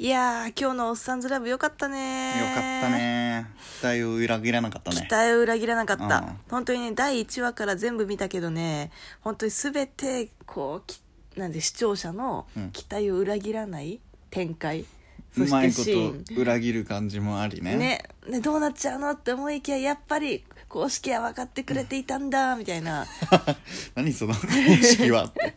いやー今日のおっさんずラブよかったねよかったね期待を裏切らなかったね期待を裏切らなかった、うん本当にね第1話から全部見たけどね本当に全てこうきなんで視聴者のうん期待を裏切らない展開、うそまいしこてシーンと裏切る感じもありねねねどうなっちゃうのって思いきややっぱり公式は分かってくれていたんだみたい な 何その公式はって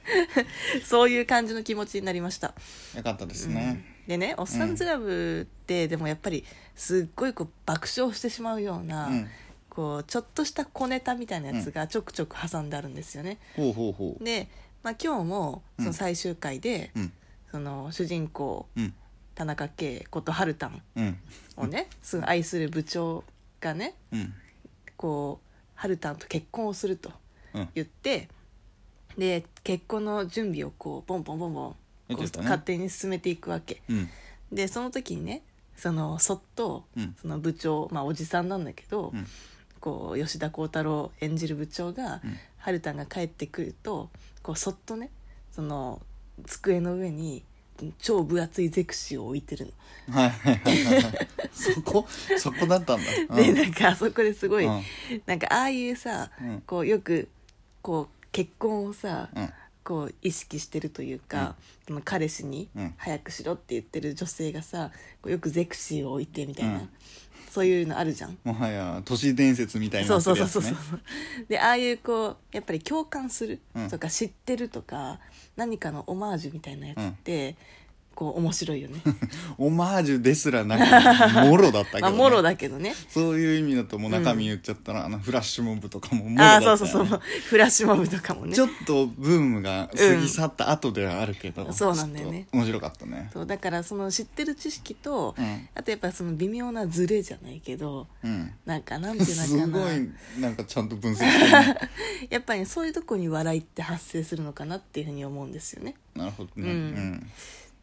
そういう感じの気持ちになりましたよかったですね、でね「おっさんずラブ」って、でもやっぱりすっごいこう爆笑してしまうような、うんこうちょっとした小ネタみたいなやつがちょくちょく挟んであるんですよね、ほうほうほうで、まあ、今日もその最終回で、うんその主人公うん田中圭こと春たんうんをねすごい愛する部長がねうんこう春たんと結婚をするとうん言ってで結婚の準備をこうボンボンボンボン言っこてうたね勝手に進めていくわけうんでその時にねそのそっとうんその部長、まあ、おじさんなんだけど、うんこう吉田鋼太郎演じる部長が、うん春たんが帰ってくるとこうそっとねその机の上に超分厚いゼクシーを置いてるの、は いはいはいはいはいそこそこだったんだ、うん、でなんかあそこですごい、うんなんかああいうさ、うんこうよくこう結婚をさ、うんこう意識してるというか、その彼氏にうん早くしろって言ってる女性がさこうよくゼクシーを置いてみたいな、うんそういうのあるじゃん。もはや都市伝説みたいにそなうってそうるそやうそうつねそうでああいうこうやっぱり共感するうんとか知ってるとか、何かのオマージュみたいなやつって、こう面白いよ ねオマージュですらなんかもろだったけど、 まあね、もろだけどねそういう意味だともう中身言っちゃったら、あのフラッシュモブとかももろあだあっそたようそうそうフラッシュモブとかもねちょっとブームが過ぎ去った後ではあるけど、うんそうなんだよねちょっと面白かったねそうだからその知ってる知識と、うんあとやっぱその微妙なズレじゃないけどうんなんかなんていうすのかごないなんかちゃんと分析してるね やっぱり、ね、そういうとこに笑いって発生するのかなっていうふうに思うんですよね。なるほどうねうんん、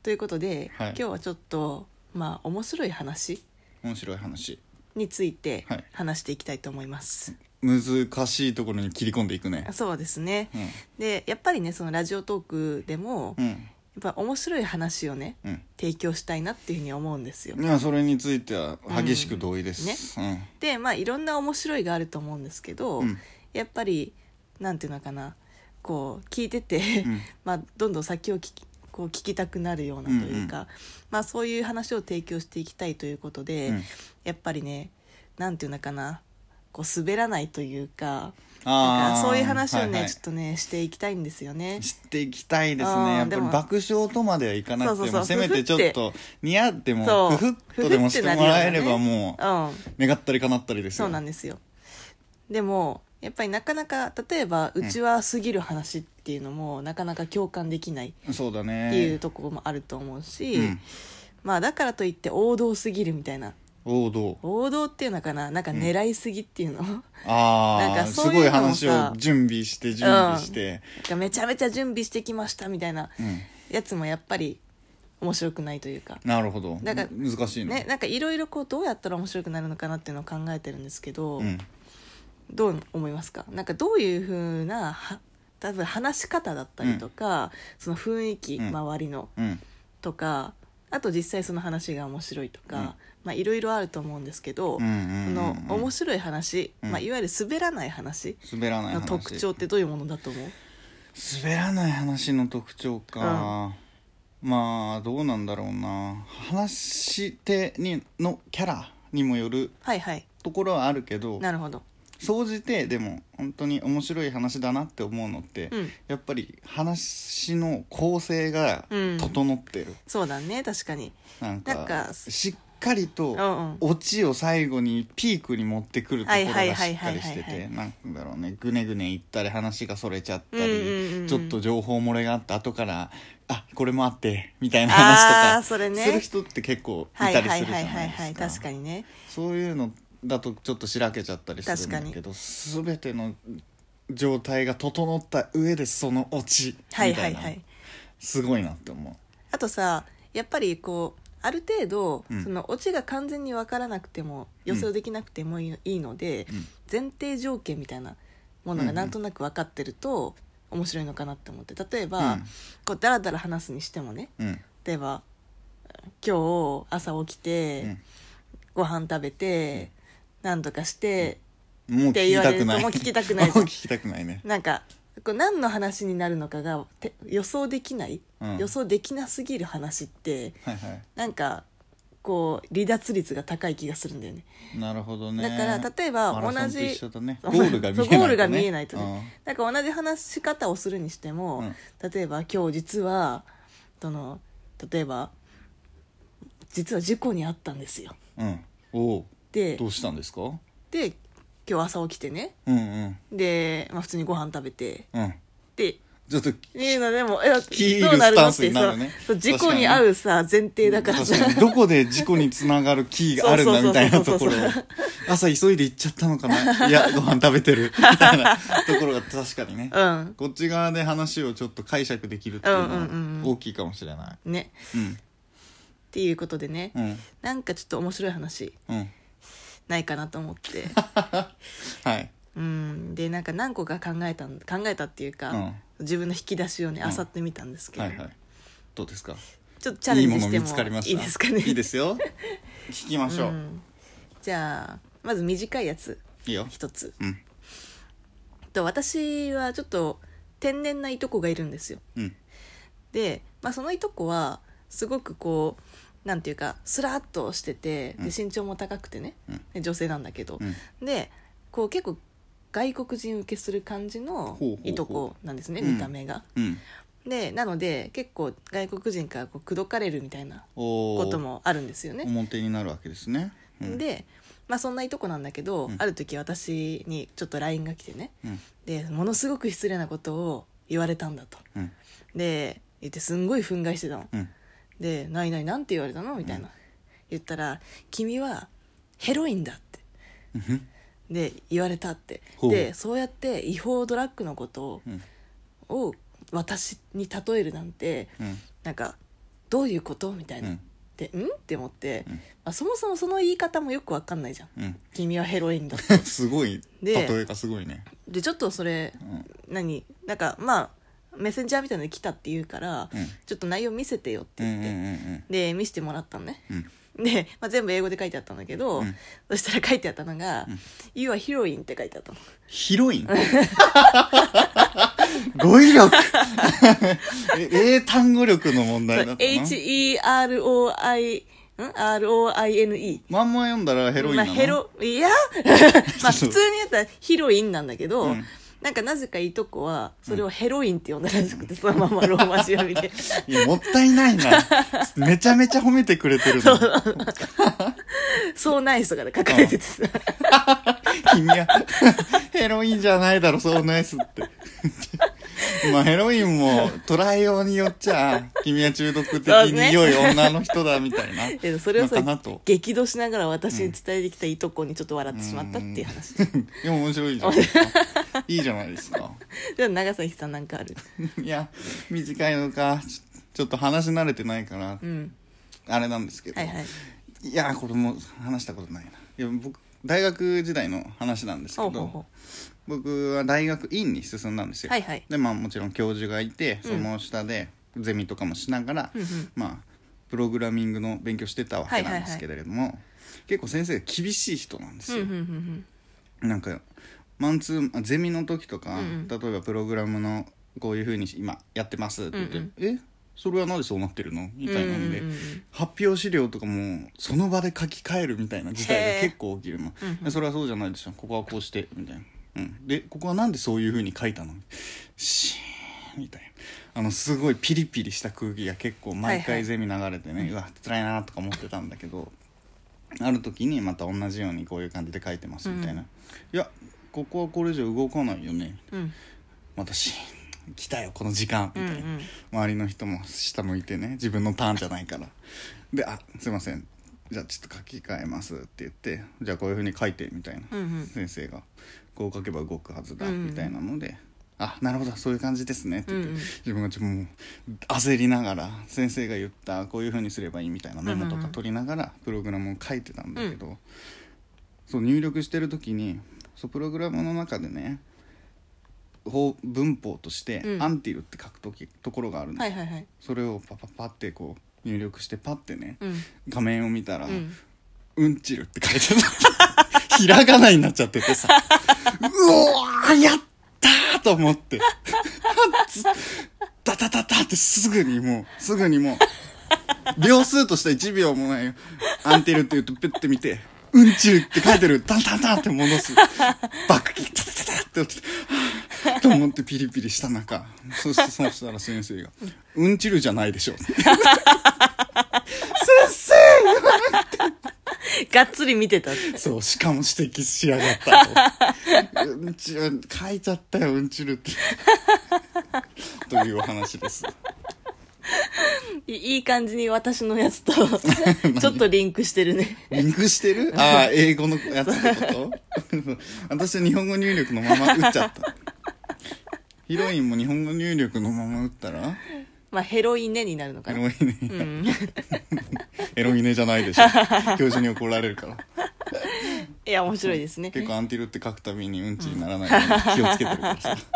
ということで、はい今日はちょっとまあ面白い話面白い話についてはい話していきたいと思います。難しいところに切り込んでいくねあそうですね、うんでやっぱりねそのラジオトークでも、うやんっぱ面白い話をねうん提供したいなっていうふうに思うんですよ、いやそれについては激しく同意です、うんでまあいろんな面白いがあると思うんですけど、うんやっぱりなんていうのかなこう聞いてて、うん まあ、どんどん先を聞きこう聞きたくなるようなというか、うんうまあ、そういう話を提供していきたいということで、うんやっぱりねなんていうのかなこう滑らないというかあーなんかそういう話をね、はいはいちょっとねしていきたいんですよね。知っていきたいですあーねやっぱでりも爆笑とまではいかなくてもそうそうそうせめてちょっと似合ってそもうふふっとでもしてもらえればもううん、願ったりかなったりですそようなんですよでもやっぱりなかなか例えばうちは過ぎる話っていうのも、なかなか共感できないそうだねっていうところもあると思うし、うんまあだからといって王道すぎるみたいな王道王道っていうのかななんか狙いすぎっていうの、なんあなんあかすそういうごいのもさ話を準備して準備して、かめちゃめちゃ準備してきましたみたいなうんやつもやっぱり面白くないというか。なるほどなんかむ難しいなね、なんかいろいろこうどうやったら面白くなるのかなっていうのを考えてるんですけど、うん、どう思いますかなんかどういうふうなは多分話し方だったりとか、その雰囲気うん周りのうん、とか、あと実際その話が面白いとか、うんまあいろいろあると思うんですけど、うんうんうんうんこの面白い話、うんまあ、いわゆる滑らない話滑らないの話特徴ってどういうものだと思う滑らない話の特徴か、まあどうなんだろうな話し手にのキャラにもよるはいはいところはあるけどなるほど総じてでも本当に面白い話だなって思うのって、うんやっぱり話の構成がうん整ってる、そうだね確かになんかなんかしっかりと、うんうんオチを最後にピークに持ってくるところはいがはしいっはいはかいはりいしててなんだろうねぐねぐねいったり話がそれちゃったり、うんうんうんちょっと情報漏れがあった後からあこれもあってみたいなあー話それとかねする人って結構いたはいりすはるいじゃはいなはいいではいすか確かにねそういうのだとちょっとしらけちゃったりするんだけど全ての状態が整った上でそのオチみはたいいな、はいはいすごいなって思う。あとさやっぱりこうある程度、うんそのオチが完全に分からなくても予想できなくてもいい,、ので、ん前提条件みたいなものがなんとなく分かってると面白いのかなって思って例えば、うんこうダラダラ話すにしてもねうん例えば今日朝起きて、うんご飯食べて、なんとかして、もう聞きたくなって言われいるともう聞きたくない もう聞きたくないねなんかこう何の話になるのかがて予想できない、うん予想できなすぎる話ってはいはいなんかこう離脱率が高い気がするんだよねなるほどねだから例えばマラソンと同じ一緒だねそゴうールが見えないと、そね、うゴールが見えないとねなんか同じ話し方をするにしてうもん、うん例えば今日実はその例えば実は事故に遭ったんですようん、おうでどうしたんですかうんで今日朝起きてねうんで、まあ、普通にご飯食べてうんでちょっといいのでもえだってキーどルうなるのっスタンスてになるねそうそう事故に遭うさ前提だからさ確かにどこで事故につながるキーがあるんだみたいなところそうそうそう朝急いで行っちゃったのかないやご飯食べ てるみたいなところが確かにねうんこっち側で話をちょっと解釈できるっていううんのうんはうん大きいかもしれないねうんっていうことでね、うんなんかちょっと面白い話うんないかなと思 ってはいうんでなんか何個か考えたん考えたっていうか、うん自分の引き出しをねん漁ってみたんですけど、はいはいどうですかちょっとチャいレいンもジしのて見もつかりましたいいですかねいいで すよ聞きましうょうんじゃあまず短いやついいよ一つうんと私はちょっと天然ないとこがいるんですようんで、まあ、そのいとこはすごくこうなんていうかスラーっとしててうんで身長も高くてね、うんで女性なんだけどう、んでこう結構外国人受けする感じのほうほうほういとこなんですねうん見た目が。うんでなので結構外国人からこう口説かれるみたいなおーこともあるんですよね。表になるわけですねうんで、まあ、そんないとこなんだけど、うんある時私にちょっと LINE が来てねうんでものすごく失礼なことを言われたんだと。うんで言ってすんごい憤慨してたの。うんで「ないないなんて言われたの?」みたいな、言ったら「君はヘロインだ」ってうんで言われたってほうでそうやって違法ドラッグのことうんをを私に例えるなんてうんなんかどういうことみたいな、うんでうんって思って、うんまあ、そもそもその言い方もよくわかんないじゃんうん 「君はヘロインだ」すごいで例えがすごいね、でちょっとそれうん何なんかまあメッセンジャーみたいなので来たって言うから、うんちょっと内容見せてよってうんう言んっうて、んで見せてもらったのね、うんうんで、まあ、全部英語で書いてあったんだけど、うんそしたら書いてあったのがうん「You are heroin」って書いてあったのヒ ロイン語彙力 え英単語力の問題だそうったな HEROI ん ?ROINE まんま読んだらヘロインまなあ、の、ヘロいや まあ普通に言ったらヒロインなんだけど、うんなんかなぜかいとこはそれをヘロインって呼んだらしくて、そのままローマ字読み でいやもったいないなめちゃめちゃ褒めてくれてるの「そうナイス」とかで書かれててさ君は ヘロインじゃないだろそうナイスって まあヘロインも捉えようによっちゃ君は中毒的そうにね良い女の人だみた いな、でそれをのさかなと激怒しながら私に伝えてきたいとこにちょっと笑ってしまったっていう話ででも面白 いじゃないですかいいじゃないですかも長崎さんなんかあるいや短いのかちょちょっと話し慣れてないからうんあれなんですけど、はいはいいやこれも話したことないないや僕大学時代の話なんですけほどうほうほ僕は大学院に進んだんですよ、はいはいでまあもちろん教授がいてその下でゼミとかもしながら、うんうんまあプログラミングの勉強してたわけなんですけれども、結構先生が厳しい人なんですうよ、うんうんうんなんかマンツーあゼミの時とか、うん例えばプログラムのこういうふうに今やってますって言って「うんえそれはなぜそうなってるの?」みたいなんで、うんうんうんうん発表資料とかもその場で書き換えるみたいな事態へがー結構起きるの、うんうんでそれはそうじゃないでしょここはこうしてみたいな、うん、でここはなんでそういうふうに書いたのシーンみたいなあのすごいピリピリした空気が結構毎はいは回いゼミ流れてね、うわ辛いなとか思ってたんだけどある時にまた同じようにこういう感じで書いてますみたいな、ういやここはこれ以上動かないよねうんまたシーン来たよこの時間みたういな、んうん周りの人も下向いてね自分のターンじゃないからで「あすいませんじゃあちょっと書き換えます」って言って「じゃあこういうふうに書いて」みたいな、うんうん先生が「こう書けば動くはずだ」うんうんみたいなので「あなるほどそういう感じですね」って言って、うんうん自分がちょっともう焦りながら先生が言ったこういうふうにすればいいみたいなメモとうんうんかうん取りながらプログラムを書いてたんだけど、そう入力してる時にそうプログラムの中でね法文法としてう「んアンティル」って書くときところがあるの、はいはいはいそれをパパパってこう入力してパッてね、うん画面を見たら「うんうんちる」って書いてた ひらがなになっちゃっててさうおーやったーと思って ダダダダってすぐにもうすぐにもう秒数としては1秒もないよアンテルって言うとピュッて見て「うんちる」って書いてるダンダンダンって戻す爆撃ダダダダって落ちては ぁと思ってピリピリした中そしてそうしたら先生が「うんちるじゃないでしょ」がっつり見てたってそう、しかも指摘しやがったと。うんちる、書いちゃったよ、うんちるって。 というお話です。いいい感じに私のやつ とちょっとリンクしてるねリンクしてるああ、英語のやつってこと 私、日本語入力のまま打っちゃった。ヒロインも日本語入力のまま打ったらまあヘロイネになるのかエなロいね。 エロいねじゃないでしょ。教授に怒られるから。いや面白いですね結構アンティルって書くたびにうんちにならないように気をつけてるからさ。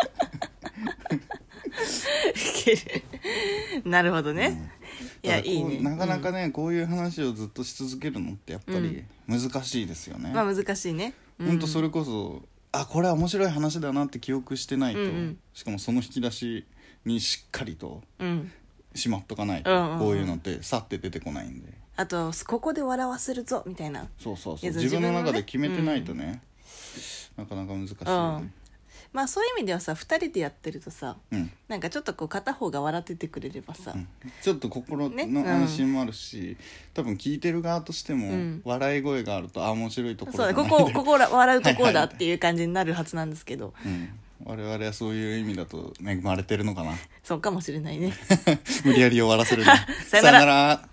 なるほどね、 いやだからいいこうねなかなかね、こういう話をずっとし続けるのってやっぱり難しいですよね、まあ難しいねほんとそれこそあこれは面白い話だなって記憶してないと、うんうんしかもその引き出しにしっかりとうんしまっとかないと、うんうんうんこういうのってさって出てこないんであとここで笑わせるぞみたいなそうそういそうやそう自分の自分のね中で決めてないとね、なかなか難しいよねまあそういう意味ではさ2人でやってるとさうん、なんかちょっとこう片方が笑っててくれればさ、うんちょっと心ねの安心もあるし、多分聞いてる側としても、うん笑い声があるとあ面白いところそうだだなここみたいなここら笑うとこはろいはだいっていう感じになるはずなんですけど、うん、我々はそういう意味だと恵まれてるのかな そうかもしれないね無理やり終わらせるな さよならら